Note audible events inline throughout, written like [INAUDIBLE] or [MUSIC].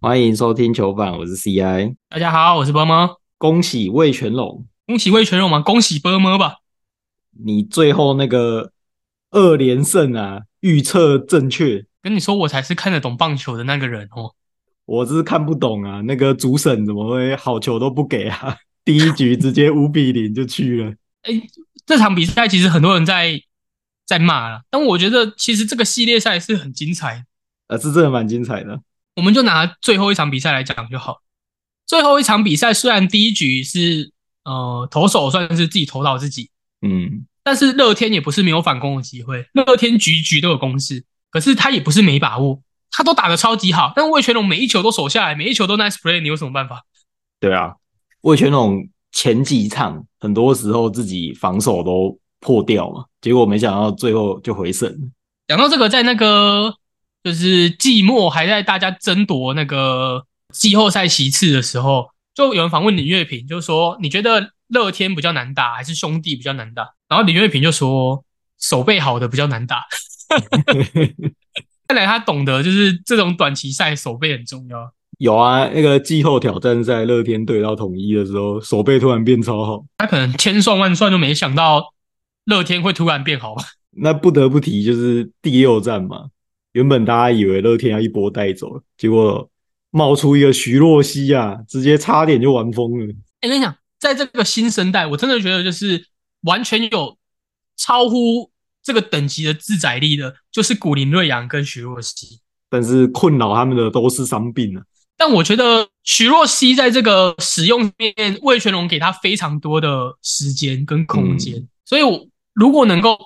欢迎收听球版，我是 CI。大家好，我是波猫，恭喜魏全龙，恭喜魏全荣嘛，恭喜波猫吧。你最后那个二连胜啊，预测正确。跟你说，我才是看得懂棒球的那个人哦。我是看不懂啊，那个主审怎么会好球都不给啊？ [LAUGHS] 第一局直接五比零就去了。这场比赛其实很多人在在骂了，但我觉得其实这个系列赛是很精彩的。呃，是真的蛮精彩的。我们就拿最后一场比赛来讲就好了。最后一场比赛虽然第一局是呃投手算是自己投到自己，嗯，但是乐天也不是没有反攻的机会，乐天局局都有攻势，可是他也不是没把握，他都打得超级好，但魏全龙每一球都守下来，每一球都 nice play，你有什么办法？对啊，魏全龙前几场很多时候自己防守都破掉嘛，结果没想到最后就回胜了。讲到这个，在那个就是季末还在大家争夺那个季后赛席次的时候，就有人访问李月平，就说你觉得乐天比较难打，还是兄弟比较难打？然后李月平就说手背好的比较难打。 [LAUGHS] 看来他懂得就是这种短期赛手背很重要。有啊，那个季后挑战赛乐天对到统一的时候，手背突然变超好，他可能千算万算就没想到乐天会突然变好吧？那不得不提就是第六战嘛，原本大家以为乐天要一波带走，结果冒出一个徐若曦啊，直接差点就玩疯了。哎、跟你讲，在这个新生代，我真的觉得就是完全有超乎这个等级的自宰力的，就是古林瑞阳跟徐若曦。但是困扰他们的都是伤病啊，但我觉得徐若曦在这个使用面，魏全龙给他非常多的时间跟空间，所以我如果能够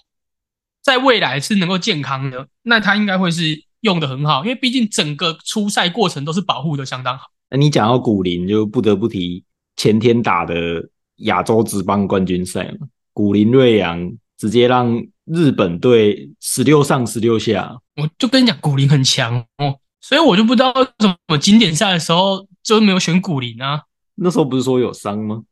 在未来是能够健康的，那他应该会是用的很好，因为毕竟整个初赛过程都是保护的相当好。那你讲到古林，就不得不提前天打的亚洲职棒冠军赛嘛，古林瑞阳直接让日本队十六上十六下，我就跟你讲，古林很强哦，所以我就不知道为什么经典赛的时候就没有选古林啊，那时候不是说有伤吗？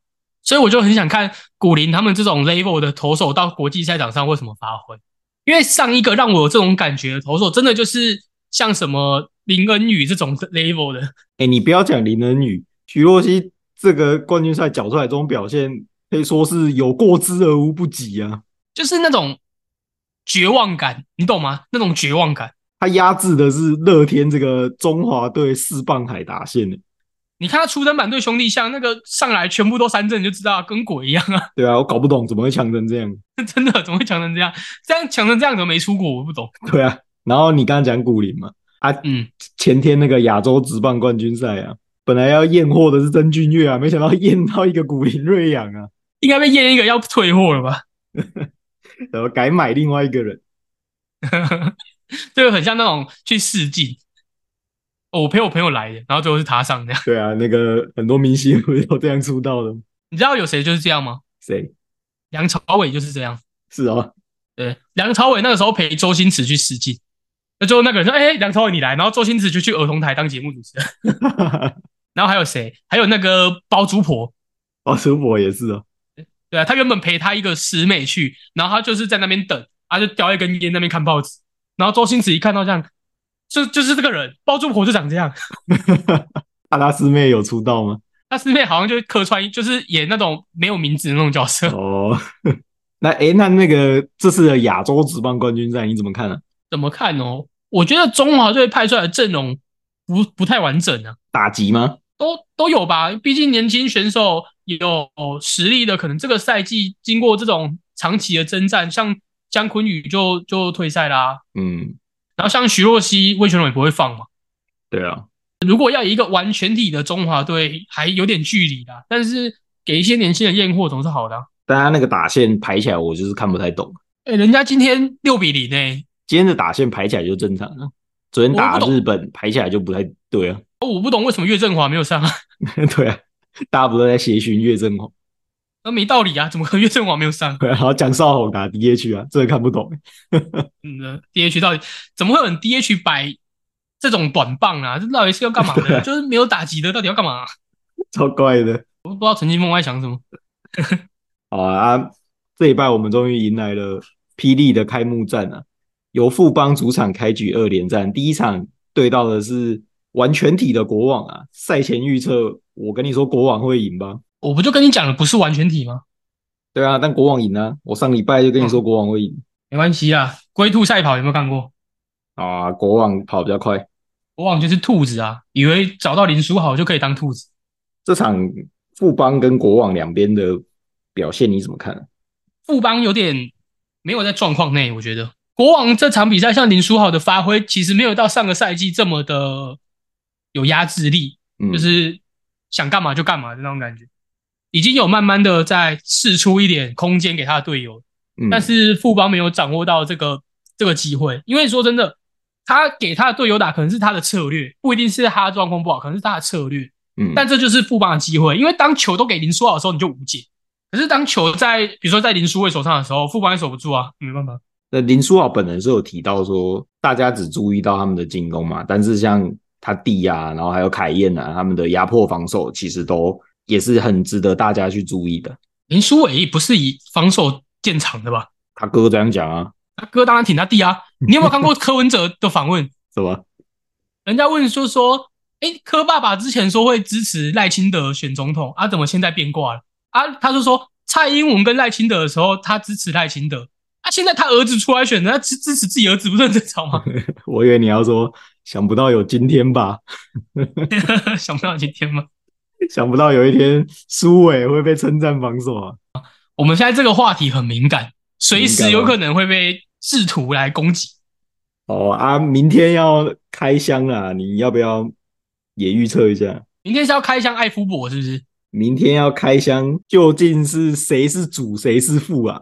所以我就很想看古林他们这种 level 的投手到国际赛场上为什么发挥，因为上一个让我有这种感觉的投手，真的就是像什么林恩宇这种 level 的，哎、你不要讲林恩宇，徐若曦这个冠军赛缴出来这种表现，可以说是有过之而无不及啊。就是那种绝望感，你懂吗？那种绝望感。他压制的是乐天这个中华队四棒海达线的，你看他出登板对兄弟像那个上来全部都三振，你就知道跟鬼一样啊！ [LAUGHS] 对啊，我搞不懂怎么会强成这样。真的怎么会强成这样？这样强成这样怎么没出国？我不懂。对啊，然后你刚刚讲古林嘛，啊，嗯，前天那个亚洲职棒冠军赛啊，本来要验货的是曾俊岳啊，没想到验到一个古林瑞阳啊，应该被验一个要退货了吧？然后改买另外一个人。这个很像那种去试镜，哦，我陪我朋友来的，然后最后是他上这样。对啊，那个很多明星不是都这样出道的吗？你知道有谁就是这样吗？谁梁朝伟就是这样。是哦？对，梁朝伟那个时候陪周星驰去试镜，那最后那个人说：“哎、梁朝伟你来。”然后周星驰就去儿童台当节目主持人。然后还有谁？还有那个包租婆，王叔博也是哦。对啊，他原本陪他一个师妹去，然后他就是在那边等，他就叼一根烟在那边看报纸。然后周星驰一看到这样，就就是这个人，包租婆就长这样。阿拉师妹有出道 [LAUGHS] 吗？他师妹好像就是客串，就是演那种没有名字的那种角色。哦， [LAUGHS] 那诶，那那个这次的亚洲职棒冠军赛你怎么看呢、啊怎么看哦？我觉得中华队派出来的阵容不不太完整啊，打击吗？都都有吧。毕竟年轻选手也有实力的，可能这个赛季经过这种长期的征战，像姜昆宇就就退赛啦、嗯，然后像徐若曦、魏全龙也不会放嘛。对啊，如果要一个完全体的中华队，还有点距离啦。但是给一些年轻人验货总是好的、啊。但他那个打线排起来，我就是看不太懂。哎，人家今天六比零欸诶、今天的打线排起来就正常了，昨天打我不懂日本排起来就不太对啊。 [LAUGHS] 我不懂为什么岳振华没有上啊，对啊，大家不都在协寻岳振宏， [LAUGHS] 那没道理啊，怎么可能岳 [LAUGHS] 振华没有上？对啊然后蒋少红打 DH 啊，这个看不懂。嗯，DH 到底怎么会有人 DH 摆这种短棒啊？这到底是要干嘛的？就是没有打击的，到底要干嘛、啊超怪的。我不知道陈金峰在想什么。好啊，啊这一拜我们终于迎来了霹雳的开幕战啊，由富邦主场开局二连战，第一场对到的是玩全体的国王啊，赛前预测，我跟你说国王会赢吧？我不就跟你讲了，不是完全体吗？对啊，但国王赢啊！我上礼拜就跟嗯你说国王会赢、没关系啊，龟兔赛跑有没有看过？啊，国王跑比较快。国王就是兔子啊，以为找到林书豪就可以当兔子。这场富邦跟国王两边的表现你怎么看？富邦有点没有在状况内，我觉得国王这场比赛像林书豪的发挥，其实没有到上个赛季这么的有压制力，嗯，就是想干嘛就干嘛的那种感觉，已经有慢慢的在试出一点空间给他的队友，嗯，但是富邦没有掌握到这个这个机会，因为说真的，他给他的队友打可能是他的策略，不一定是他状况不好，可能是他的策略。嗯，但这就是富邦的机会，因为当球都给林书豪的时候，你就无解。可是当球在比如说在林书伟手上的时候，富邦也守不住啊，没办法。那林书豪本人是有提到说，大家只注意到他们的进攻嘛，但是像他弟啊，然后还有凯燕啊，他们的压迫防守其实都也是很值得大家去注意的。林书伟不是以防守见长的吧？他哥这样讲啊，他哥当然挺他 [LAUGHS] 弟啊。你有没有看过柯文哲的访问？是吧？ [LAUGHS] 人家问说说，哎、柯爸爸之前说会支持赖清德选总统啊，怎么现在变卦了？啊，他就说蔡英文跟赖清德的时候，他支持赖清德。啊，现在他儿子出来选，他支支持自己儿子，不是很正常吗？ [LAUGHS] 我以为你要说，想不到有今天吧，想不到今天吗？想不到有一天苏伟会被称赞防守啊。我们现在这个话题很敏感，随时有可能会被试图来攻击。哦啊，明天要开箱啦，你要不要也预测一下？明天是要开箱艾夫伯，是不是？明天要开箱，究竟是谁是主谁是副啊？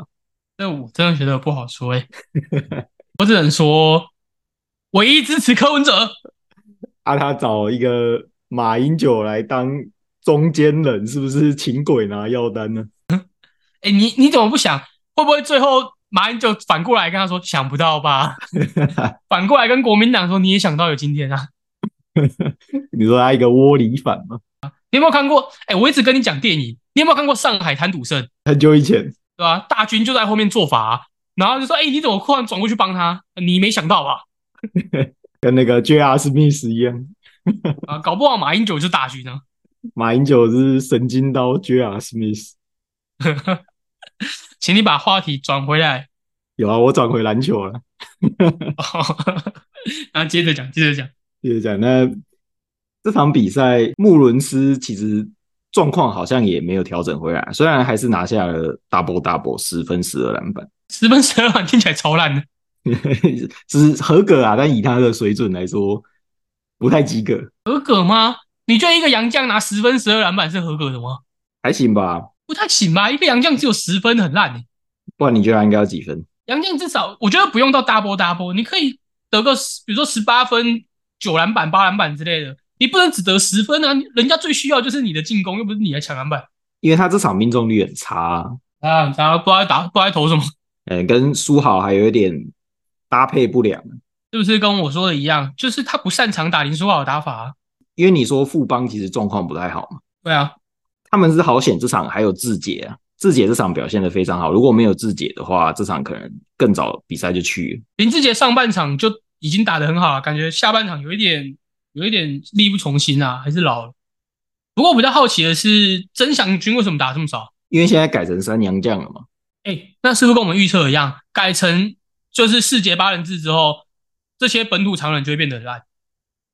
那我真的觉得不好说哎、我只能说，唯一支持柯文哲，啊，他找一个马英九来当中间人，是不是请鬼拿药单呢？哎、你你怎么不想？会不会最后马英九反过来跟他说想不到吧？反过来跟国民党说你也想到有今天啊？你说他一个窝里反吗？你有没有看过？哎、我一直跟你讲电影，你有没有看过《上海滩赌圣》？很久以前，对吧、大军就在后面做法啊、然后就说：“哎、你怎么忽然转过去帮他？你没想到吧？”跟那个 J.R. Smith 一样，啊，搞不好马英九就是大军啊呢、马英九是神经刀 J.R. Smith。请你把话题转回来， [LAUGHS] 有啊，我转回篮球了。然后接着讲，接着讲。接着讲，那这场比赛穆伦斯其实状况好像也没有调整回来，虽然还是拿下了 double double 十分十二篮板， [LAUGHS] 十分十二篮听起来超烂的，只是合格啊，但以他的水准来说，不太及格。合格吗？你觉得一个洋将拿十分十二篮板是合格的吗？还行吧，不太行吧，一个洋将只有十分，很烂、欸。不然你觉得他应该要几分？洋将至少我觉得不用到 double double，你可以得个10比如说十八分、九篮板、八篮板之类的，你不能只得十分啊！人家最需要就是你的进攻，又不是你来抢篮板因为他这场命中率很差啊、啊！然后不知道在打不知道在投什么。呃，跟苏豪还有一点搭配不良。是不是跟我说的一样？就是他不擅长打林书豪的打法、啊。因为你说富邦其实状况不太好嘛，对啊，他们是好险这场还有志杰啊，志杰这场表现的非常好。如果没有志杰的话，这场可能更早比赛就去了。林志杰上半场就已经打得很好了，感觉下半场有一点有一点力不从心啊，还是老了。不过我比较好奇的是，曾祥军为什么打这么少？因为现在改成三洋将了嘛，哎、那是不是跟我们预测一样，改成就是四节八人制之后，这些本土常人就会变得很烂？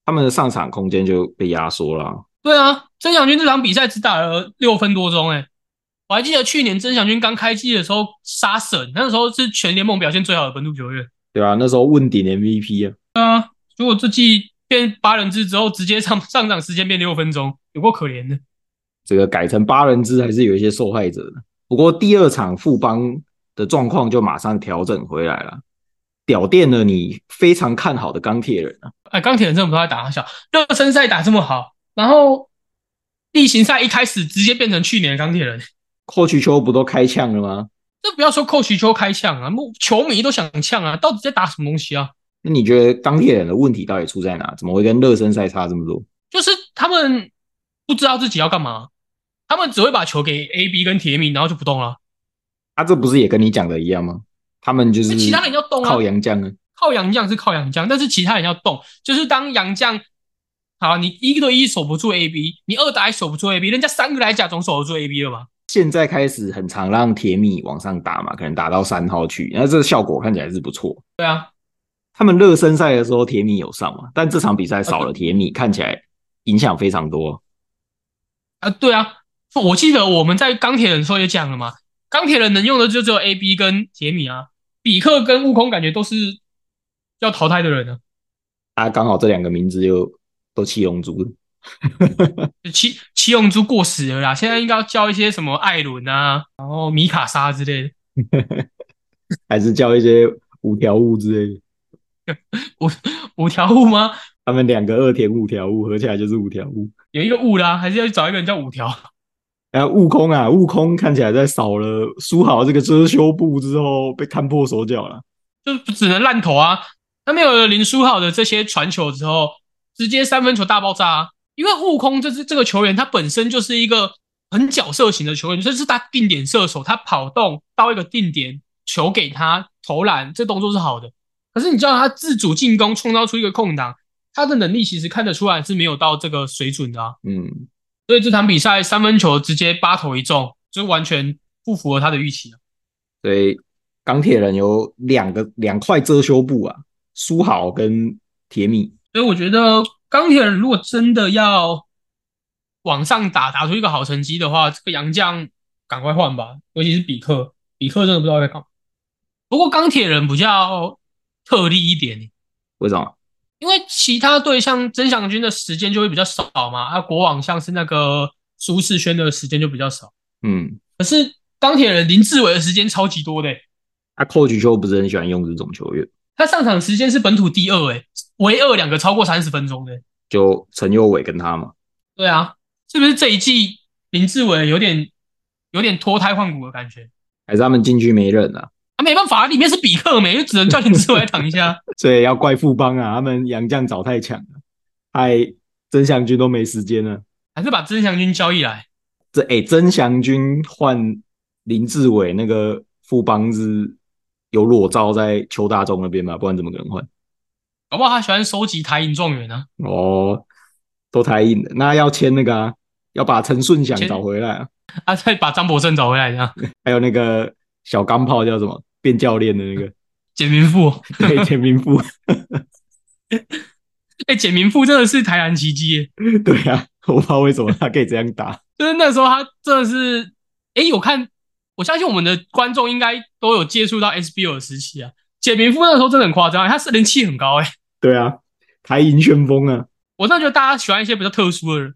他们的上场空间就被压缩了啊。对啊，曾祥军这场比赛只打了六分多钟、欸，我还记得去年曾祥军刚开季的时候杀神，那时候是全联盟表现最好的本土球员。对啊，那时候问鼎 MVP 啊，如果这季变八人制之后，直接上 [LAUGHS] 上场时间变六分钟，有够可怜的。这个改成八人制还是有一些受害者的。不过第二场富邦的状况就马上调整回来了，屌电了你非常看好的钢铁人啊，哎，钢铁人真的不知道在打他小，热身赛打这么好，然后例行赛一开始直接变成去年的钢铁人，寇奇秋不都开呛了吗？这不要说寇奇秋开呛啊，目球迷都想呛啊，到底在打什么东西啊？那你觉得钢铁人的问题到底出在哪？怎么会跟热身赛差这么多？就是他们不知道自己要干嘛，他们只会把球给 A、B 跟铁米，然后就不动了。啊，这不是也跟你讲的一样吗？他们就是那其他人要动啊靠洋将啊，靠洋将是靠洋将，但是其他人要动，就是当洋将好，你一对一守不住 AB，你二打一守不住 AB，人家三个来甲总守得住 AB 了吧？现在开始很常让铁米往上打嘛，可能打到三号去，那这个效果看起来是不错。对啊，他们热身赛的时候铁米有上嘛，但这场比赛少了铁米，看起来影响非常多。啊，对啊，我记得我们在钢铁人的时候也讲了嘛，钢铁人能用的就只有 A B 跟铁米啊，比克跟悟空感觉都是要淘汰的人呢、啊，刚好这两个名字又都七龙珠，啊。七七龙珠过时了啦，现在应该要叫一些什么艾伦啊，然后米卡莎之类的。还是叫一些五条悟之类的。五条悟吗？他们两个二田五条悟合起来就是五条悟。有一个悟啦，还是要找一个人叫五条？然后悟空啊，悟空看起来在少了梳好这个遮羞布之后被看破手脚了。就只能烂投啊。那没有了林书豪的这些传球之后，直接三分球大爆炸啊！因为悟空这支这个球员，他本身就是一个很角色型的球员，就是他定点射手，他跑动到一个定点，球给他投篮，这动作是好的。可是你知道他自主进攻创造出一个空档，他的能力其实看得出来是没有到这个水准的啊。嗯，所以这场比赛三分球直接八投一中，就完全不符合他的预期啊。所以钢铁人有两个两块遮羞布啊，梳好跟铁米。所以我觉得钢铁人如果真的要往上打，打出一个好成绩的话，这个洋将赶快换吧，尤其是比克，比克真的不知道在干嘛。不过钢铁人比较特例一点，为什么？因为其他队像曾祥军的时间就会比较少嘛，啊，国王像是那个苏世轩的时间就比较少，嗯，可是钢铁人林志伟的时间超级多的、欸他啊 coach 就不是很喜欢用这种球员，他上场时间是本土第二、欸，诶，唯二两个超过三十分钟的、就陈佑伟跟他嘛。对啊，是不是这一季林志伟有点有点脱胎换骨的感觉？还是他们进去没人啊，啊，没办法，里面是比克没，就只能叫林志伟来躺一下。所以要怪富邦啊，他们洋将找太强了，害曾祥军都没时间了。还是把曾祥军交易来？这哎、曾祥军换林志伟那个富邦是有裸照在邱大中那边嘛，不然怎么可能换？搞不好他喜欢收集台银状元啊呢、哦，都台印的，那要签那个啊，要把陈顺祥签找回来啊，啊，啊，再把张伯胜找回来这样。还有那个小钢炮叫什么变教练的那个， [LAUGHS] 简明富，对，田明富， [LAUGHS] 哎、简明富真的是台南奇迹耶，对啊，我不知道为什么他可以这样打，就是那时候他真的是，哎、有看，我相信我们的观众应该都有接触到 SBO 的时期啊。简明富那时候真的很夸张，他四零气很高哎、对啊，台银旋风啊，我真的觉得大家喜欢一些比较特殊的人。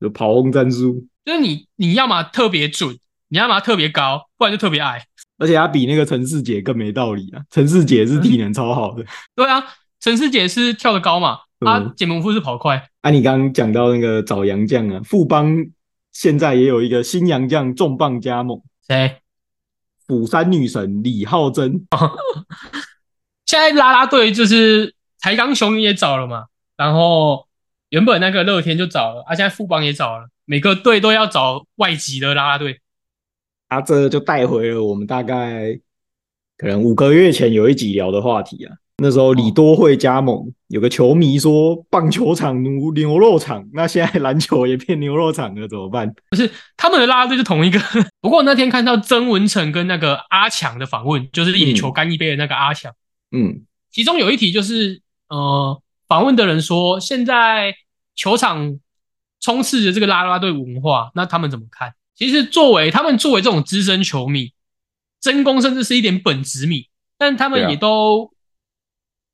有跑轰战术，就是你你要么特别准，你要么特别高，不然就特别矮。而且他比那个陈世杰更没道理啊，陈世杰是体能超好的，对啊，陈思杰是跳得高嘛，啊嗯，简文富是跑快，啊，你刚刚讲到那个找洋将啊，富邦现在也有一个新洋将重磅加盟，谁？釜山女神李浩珍，现在啦啦队就是台钢雄鹰也找了嘛，然后原本那个乐天就找了，啊，现在富邦也找了，每个队都要找外籍的啦啦队。啊，这就带回了我们大概可能五个月前有一集聊的话题啊。那时候李多惠加盟，有个球迷说棒球场如牛肉场，那现在篮球也变牛肉场了，怎么办？他们的啦啦队就同一个。 [LAUGHS] 不过那天看到曾文成跟那个阿强的访问，就是野球干一杯的那个阿强。嗯，其中有一题就是，呃，访问的人说，现在球场充斥着这个啦啦队文化，那他们怎么看？其实作为他们作为这种资深球迷，真功甚至是一点本职迷，但他对啊们也都、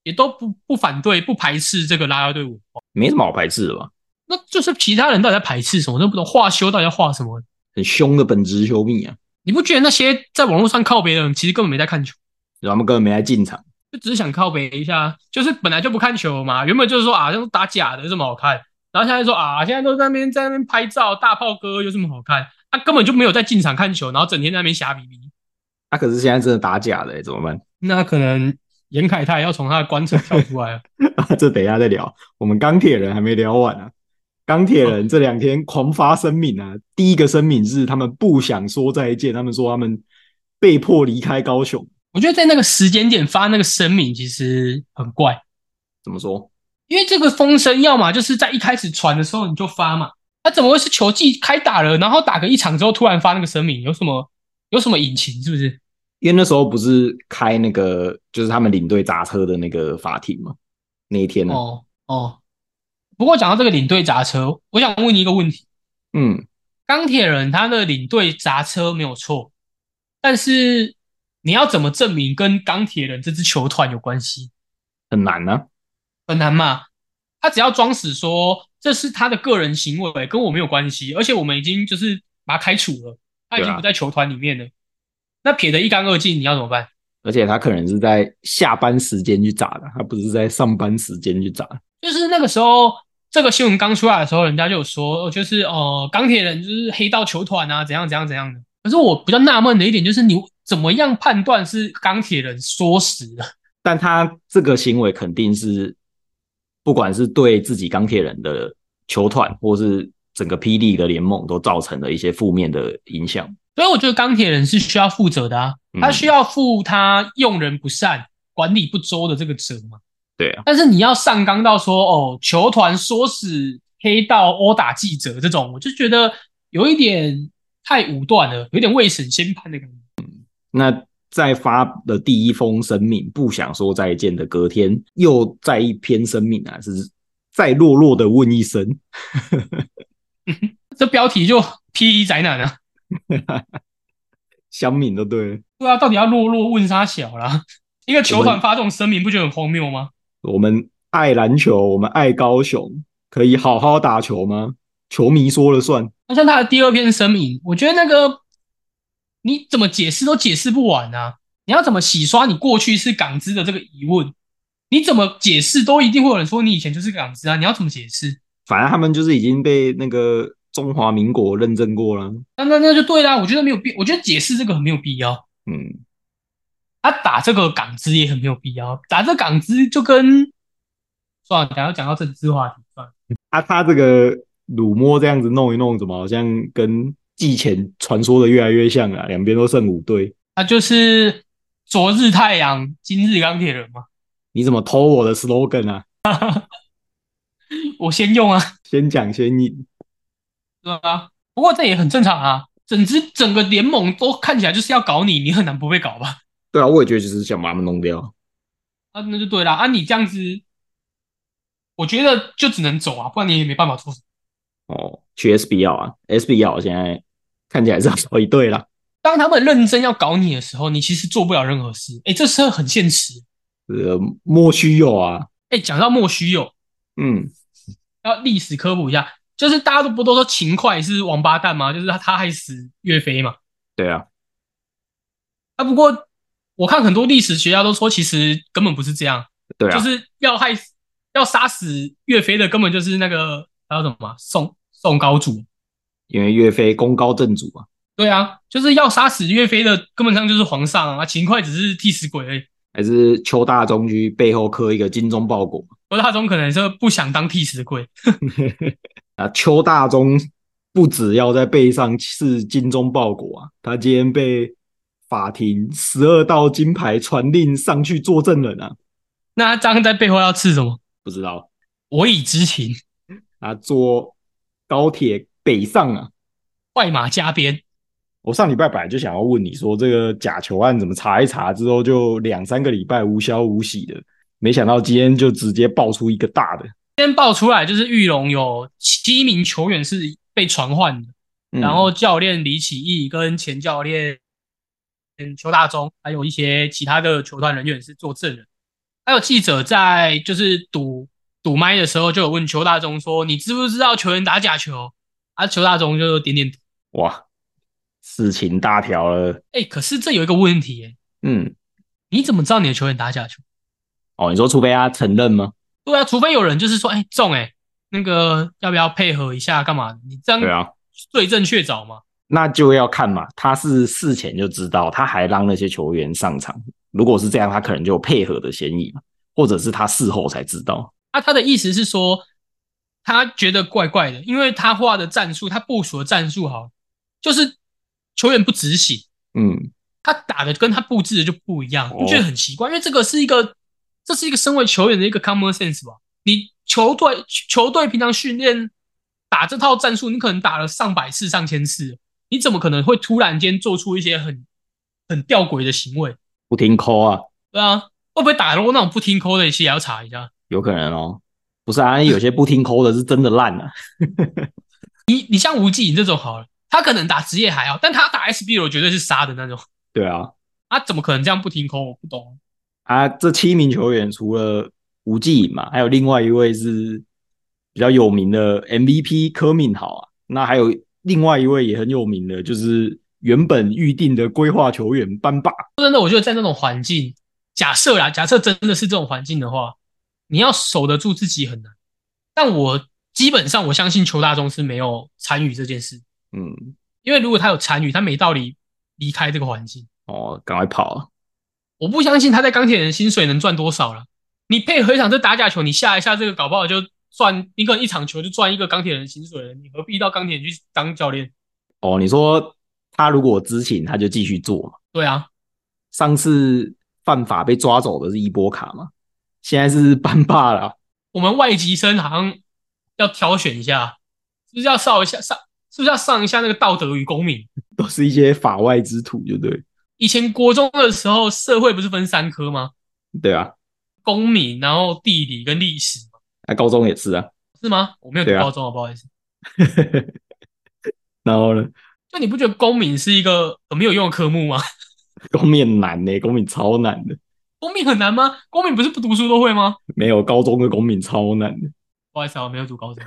也都不不反对、不排斥这个啦啦队文化。没什么好排斥的吧？那就是其他人到底在排斥什么？我都不懂化修到底在化什么？很凶的本职球迷啊，你不觉得那些在网络上靠别人，其实根本没在看球？然后他们根本没来进场。就只是想靠北一下，啊就是本来就不看球嘛，原本就是说啊，这种打假的有什么好看？然后现在说啊，现在都在那边在那边拍照，大炮哥有什么好看？他、根本就没有在进场看球，然后整天在那边瞎逼逼。啊，可是现在真的打假的、欸，怎么办？ [LAUGHS] 那可能严凯泰要从他的棺材跳出来了。 [LAUGHS] 啊，这等一下再聊。我们钢铁人还没聊完啊。钢铁人这两天狂发声明啊，第一个声明是他们不想说再见，他们说他们被迫离开高雄。我觉得在那个时间点发那个声明其实很怪，怎么说？因为这个风声要么就是在一开始传的时候你就发嘛，那、怎么会是球季开打了，然后打个一场之后突然发那个声明，有什么有什么隐情是不是？因为那时候不是开那个就是他们领队砸车的那个法庭嘛，那一天啊呢、哦哦，不过讲到这个领队砸车，我想问你一个问题：嗯，钢铁人他的领队砸车没有错，但是你要怎么证明跟钢铁人这支球团有关系？很难啊。很难嘛。他只要装死说这是他的个人行为，跟我没有关系，而且我们已经就是把他开除了，他已对经啊不在球团里面了。那撇得一干二净，你要怎么办？而且他可能是在下班时间去砸的，他不是在上班时间去砸。就是那个时候，这个新闻刚出来的时候，人家就有说，哦就是呃，钢铁人就是黑道球团啊，怎样怎样怎样的。可是我比较纳闷的一点就是，你怎么样判断是钢铁人说死了？但他这个行为肯定是，不管是对自己钢铁人的球团，或是整个霹雳的联盟，都造成了一些负面的影响。所以我觉得钢铁人是需要负责的啊，嗯他需要负他用人不善、管理不周的这个责嘛。对啊，但是你要上纲到说哦，球团唆使黑道殴打记者这种，我就觉得有一点太武断了，有点未审先判的感觉。那在发的第一封声明不想说再见的隔天，又再一篇声明啊，是再弱弱的问一声，这标题就 [LAUGHS] P 一宅男啊，香敏都对了。对啊，到底要落落问啥小啦？ [LAUGHS] 一个球团发这种声明，不觉得很荒谬吗？我们爱篮球，我们爱高雄，可以好好打球吗？球迷说了算。那像他的第二篇声明，我觉得那个你怎么解释都解释不完啊！你要怎么洗刷你过去是港资的这个疑问？你怎么解释都一定会有人说你以前就是港资啊！你要怎么解释？反正他们就是已经被那个中华民国认证过了。那那那就对啦，我觉得没有必，我觉得解释这个很没有必要。嗯，他、打这个港资也很没有必要，打这港资就跟算了，讲要讲到政治话题算了。啊，他这个辱没这样子弄一弄，怎么好像跟季前传说的越来越像啊？两边都剩五队，他就是昨日太阳，今日钢铁人嘛。你怎么偷我的 slogan 啊？我先用啊，先讲先赢，对吧？不过这也很正常啊，整支整个联盟都看起来就是要搞你，你很难不被搞吧？对啊，我也觉得就是想把他们弄掉。啊，那就对啦。啊，你这样子，我觉得就只能走啊，不然你也没办法做什么。哦，去 SBL 啊，SBL 现在看起来是要少一队啦，当他们认真要搞你的时候，你其实做不了任何事。哎，这是很现实。呃，莫须有啊，哎，讲到莫须有，嗯，要历史科普一下，就是大家都不都说秦桧是王八蛋吗？就是他他害死岳飞嘛。对啊，啊，不过我看很多历史学家都说，其实根本不是这样，对就啊，是要害死要杀死岳飞的根本就是那个还有什么啊宋宋高祖。因为岳飞功高震主啊，对啊，就是要杀死岳飞的根本上就是皇上啊，秦桧只是替死鬼而已。还是邱大中去背后刻一个精忠报国。罗大忠可能是不想当替死鬼，啊，邱大中不只要在背上是精忠报国啊，他今天被法庭十二道金牌传令上去做证人啊，那他这样在背后要刺什么？不知道我已知情，啊，坐高铁北上啊。快马加鞭。我上礼拜本来就想要问你说这个假球案怎么查一查之后就两三个礼拜无消无息的，没想到今天就直接爆出一个大的，先爆出来，就是玉龙有七名球员是被传唤的，嗯然后教练李启义跟前教练嗯邱大中，还有一些其他的球团人员是做证人。还有记者在就是赌赌麦的时候，就有问邱大中说：“你知不知道球员打假球？”啊，邱大中就点点头。哇，事情大条了，哎、可是这有一个问题、欸，嗯，你怎么知道你的球员打假球？哦，你说除非他承认吗？对啊，除非有人就是说：“哎、中哎、那个要不要配合一下？干嘛？”你这对样啊，罪证确凿嘛。那就要看嘛，他是事前就知道，他还让那些球员上场。如果是这样，他可能就有配合的嫌疑嘛，或者是他事后才知道。那啊他的意思是说，他觉得怪怪的，因为他画的战术，他部署的战术好，就是球员不执行，嗯，他打的跟他布置的就不一样，哦我觉得很奇怪，因为这个是一个，这是一个身为球员的一个 common sense 吧。你球队球队平常训练打这套战术，你可能打了上百次、上千次，你怎么可能会突然间做出一些很很吊诡的行为？不听扣啊，对啊，会不会打落那种不听扣的，其实也要查一下。有可能哦。不是啊，有些不听扣的是真的烂啊。你你像吴继颖这种好了，他可能打职业还好，但他打 SBL 绝对是杀的那种。对啊，他怎么可能这样不听扣？我不懂。啊，这七名球员除了吴继颖嘛，还有另外一位是比较有名的 MVP 柯敏豪啊，那还有另外一位也很有名的，就是原本预定的规划球员班霸。说真的，我觉得在那种环境，假设啦，假设真的是这种环境的话，你要守得住自己很难。但我基本上我相信邱大中是没有参与这件事，嗯，因为如果他有参与，他没道理离开这个环境。哦，赶快跑啊！我不相信他在钢铁人薪水能赚多少了。你配合一场这打假球，你下一下这个搞不好就赚，你可能一场球就赚一个钢铁人薪水了，你何必到钢铁人去当教练？哦，你说他如果知情，他就继续做嘛。对啊，上次犯法被抓走的是伊波卡嘛，现在是班霸啦。我们外籍生好像要挑选一下，是不是要上一下上？是不是要上一下那个道德与公民？都是一些法外之徒，就对以前国中的时候，社会不是分三科吗？对啊，公民，然后地理跟历史嘛，那、高中也是啊。是吗？我没有读对啊高中啊，不好意思。然后呢，那你不觉得公民是一个很没有用的科目吗？ [LAUGHS] 公民难呢、公民超难的，公民很难吗？公民不是不读书都会吗？没有高中的公民超难的。不好意思啊，我没有读高中。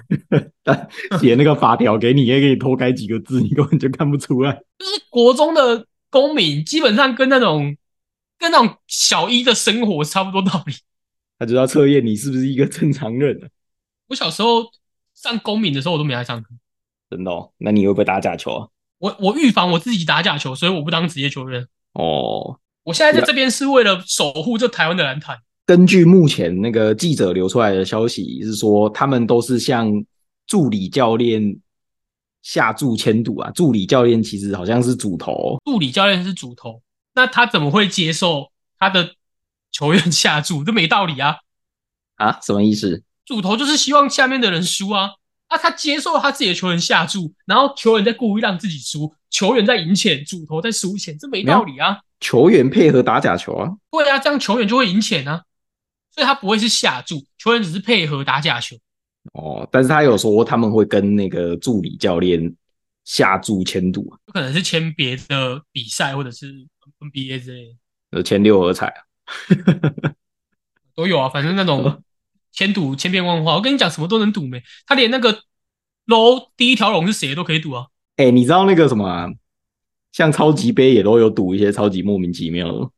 写那个法条给你，也给你偷改几个字，你根本就看不出来。就是国中的公民，基本上跟那种跟那种小一的生活差不多道理。他就要测验你是不是一个正常人、啊，我小时候上公民的时候，我都没来上课。真的、哦？那你会不会打假球啊？我我预防我自己打假球，所以我不当职业球员。哦，我现在在这边是为了守护这台湾的篮坛。根据目前那个记者流出来的消息是说，他们都是向助理教练下注签赌啊。助理教练其实好像是主头，助理教练是主头，那他怎么会接受他的球员 [LAUGHS] 下注？这没道理啊！啊，什么意思？主头就是希望下面的人输啊！啊，他接受他自己的球员下注，然后球员在故意让自己输，球员在赢钱，主头在输钱，这没道理啊！球员配合打假球啊？对啊，这样球员就会赢钱啊！所以他不会是下注，球员只是配合打假球。哦，但是他有说他们会跟那个助理教练下注签赌啊，有可能是签别的比赛或者是 NBA 之类的呃签六合彩啊。都有啊，反正 [LAUGHS] 那嗯种千赌千变万化。我跟你讲，什么都能赌没？他连那个楼第一条龙是谁都可以赌啊！哎、你知道那个什么啊、像超级杯也都有赌一些超级莫名其妙的，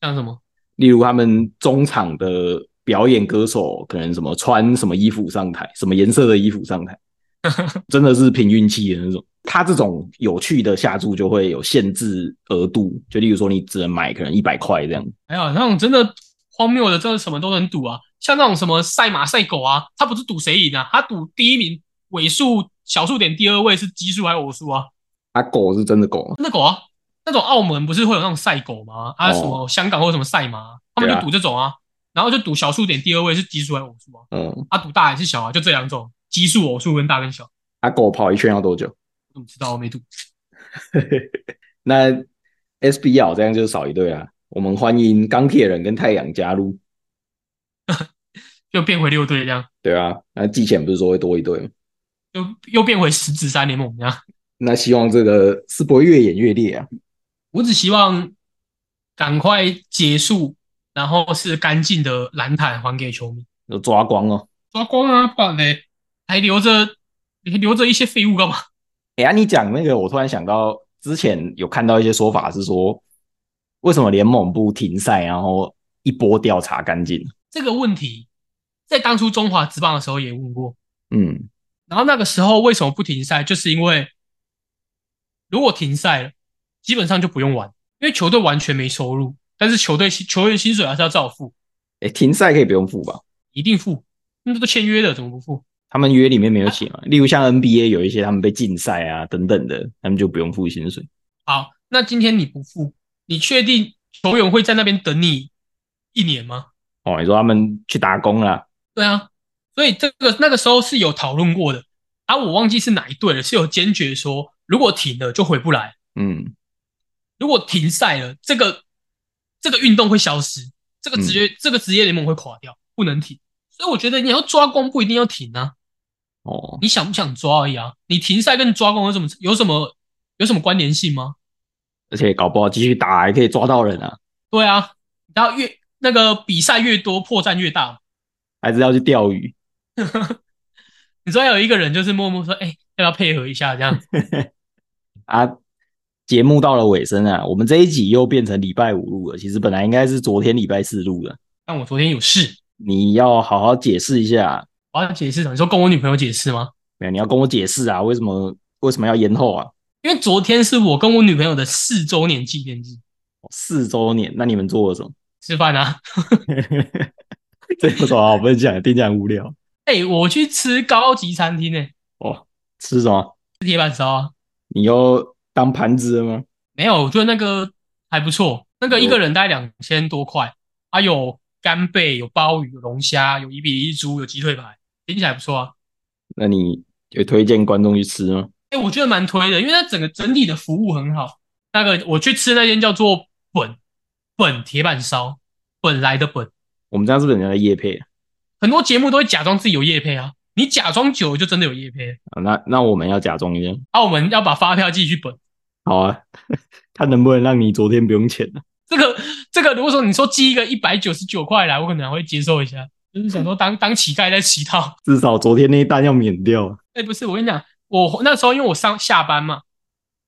像什么？例如他们中场的表演歌手可能什么穿什么衣服上台，什么颜色的衣服上台， [LAUGHS] 真的是凭运气的那种。他这种有趣的下注就会有限制额度，就例如说你只能买可能一百块这样。还有哎那种真的荒谬的，真的什么都能赌啊！像那种什么赛马、赛狗啊，他不是赌谁赢啊，他赌第一名尾数小数点，第二位是奇数还是偶数啊？啊，狗是真的狗吗，那狗啊，那种澳门不是会有那种赛狗吗？啊，哦什么香港或什么赛马啊，他们就对啊赌这种啊，然后就赌小数点第二位是奇数还是偶数啊？嗯，啊，赌大还是小啊？就这两种，奇数、偶数跟大跟小。啊，狗跑一圈要多久？ [LAUGHS] 我怎么知道？我没赌。那 SBL 这样就少一队啊。我们欢迎钢铁人跟太阳加入，又变回六队这样，对啊。那季前不是说会多一队吗？又又变回十指三联盟这样。那希望这个是不会越演越烈啊。我只希望赶快结束，然后是干净的蓝毯还给球迷，就抓光哦。抓光啊，不然嘞还留着你还留着一些废物干嘛？哎、呀、你讲那个，我突然想到之前有看到一些说法是说，为什么联盟不停赛，然后一波调查干净？这个问题在当初中华职棒的时候也问过，嗯，然后那个时候为什么不停赛，就是因为如果停赛了，基本上就不用玩，因为球队完全没收入，但是球队薪球员薪水还是要照付，哎、停赛可以不用付吧？一定付，那都签约了，怎么不付？他们约里面没有写嘛？例如像 NBA 有一些他们被禁赛啊等等的，他们就不用付薪水。好，那今天你不付，你确定球员会在那边等你一年吗？哦，你说他们去打工啦、对啊，所以这个那个时候是有讨论过的啊，我忘记是哪一队了，是有坚决说，如果停了就回不来，嗯如果停赛了，这个这个运动会消失，这个职业、这个职业联盟会垮掉，不能停。所以我觉得你要抓工不一定要停啊，哦，你想不想抓而已啊。你停赛跟抓工有什么有什么有什么关联性吗？而且搞不好继续打还可以抓到人啊，对啊，然后越那个比赛越多，破绽越大嘛。还是要去钓鱼。你说要有一个人就是默默说，哎、要不要配合一下这样？啊，节目到了尾声啊，我们这一集又变成礼拜五录了。其实本来应该是昨天礼拜四录的，但我昨天有事，你要好好解释一下，我要解释什么？你说跟我女朋友解释吗？没有？你要跟我解释啊，为什么为什么要延后啊？因为昨天是我跟我女朋友的四周年纪念日，四周年，那你们做了什么？ [LAUGHS] 吃饭啊。这有什么好分享的？听起来很无聊哎、我去吃高级餐厅呢、哦。吃什么？吃铁板烧啊。你又当盘子了吗？没有，我觉得那个还不错，那个一个人大概两千多块，它有干贝、有鲍鱼、有龙虾、有一比一猪、有鸡腿排，听起来不错啊。那你有推荐观众去吃吗？哎、我觉得蛮推的，因为它整个整体的服务很好。那个我去吃那间叫做本本铁板烧，本来的本，我们这样是不是人家叶配啊？很多节目都会假装自己有业配啊，你假装久了就真的有业配了。啊那那我们要假装一下，啊，我们要把发票寄去本。好啊， [LAUGHS] 看能不能让你昨天不用钱啊？这个这个，如果说你说寄一个一百九十九块来，我可能还会接受一下，就是想说当当乞丐在乞讨。至少昨天那一单要免掉啊。哎、不是，我跟你讲，我那时候因为我上下班嘛，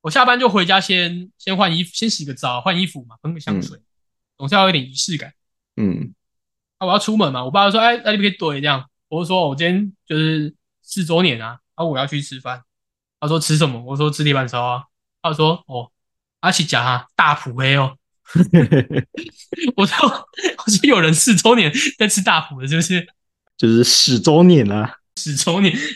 我下班就回家先先换衣服，先洗个澡，换衣服嘛，喷个香水，总是要有点仪式感。嗯，啊，我要出门嘛，我爸就说，哎、那你可以怼这样。我就说，哦我今天就是四周年啊，啊，我要去吃饭。他说吃什么？我说吃铁板烧啊。他说哦，阿奇讲啊，大普黑哦。 [LAUGHS] 我说，我说有人四周年在吃大埔的，是不是？就是十周年啊啦、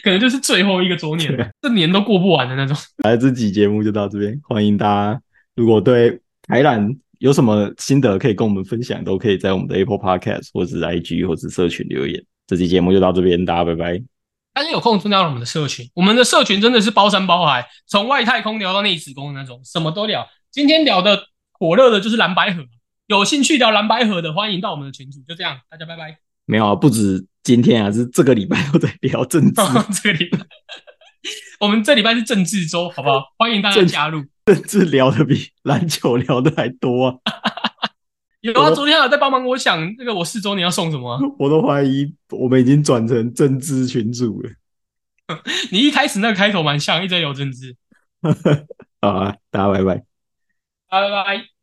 可能就是最后一个周年了，这年都过不完的那种。啊。来，这期节目就到这边，欢迎大家如果对台南有什么心得可以跟我们分享，都可以在我们的 Apple Podcast 或是 IG 或是社群留言。这期节目就到这边，大家拜拜。大家有空增加我们的社群，我们的社群真的是包山包海，从外太空聊到内子宫的那种，什么都聊。今天聊的火热的就是蓝白河，有兴趣聊蓝白河的，欢迎到我们的群组。就这样，大家拜拜。没有啊，不止今天啊，是这个礼拜都在聊政 [LAUGHS] 治，到这个礼拜，我们这礼拜是政治周，好不好？欢迎大家政治加入。政治聊的比篮球聊的还多啊！有啊，昨天还有在帮忙我想那个我四周年要送什么啊、我都怀疑我们已经转成政治群主了。 [LAUGHS] 你一开始那个开头蛮像，一直在聊政治。好啊，大家拜拜。拜拜。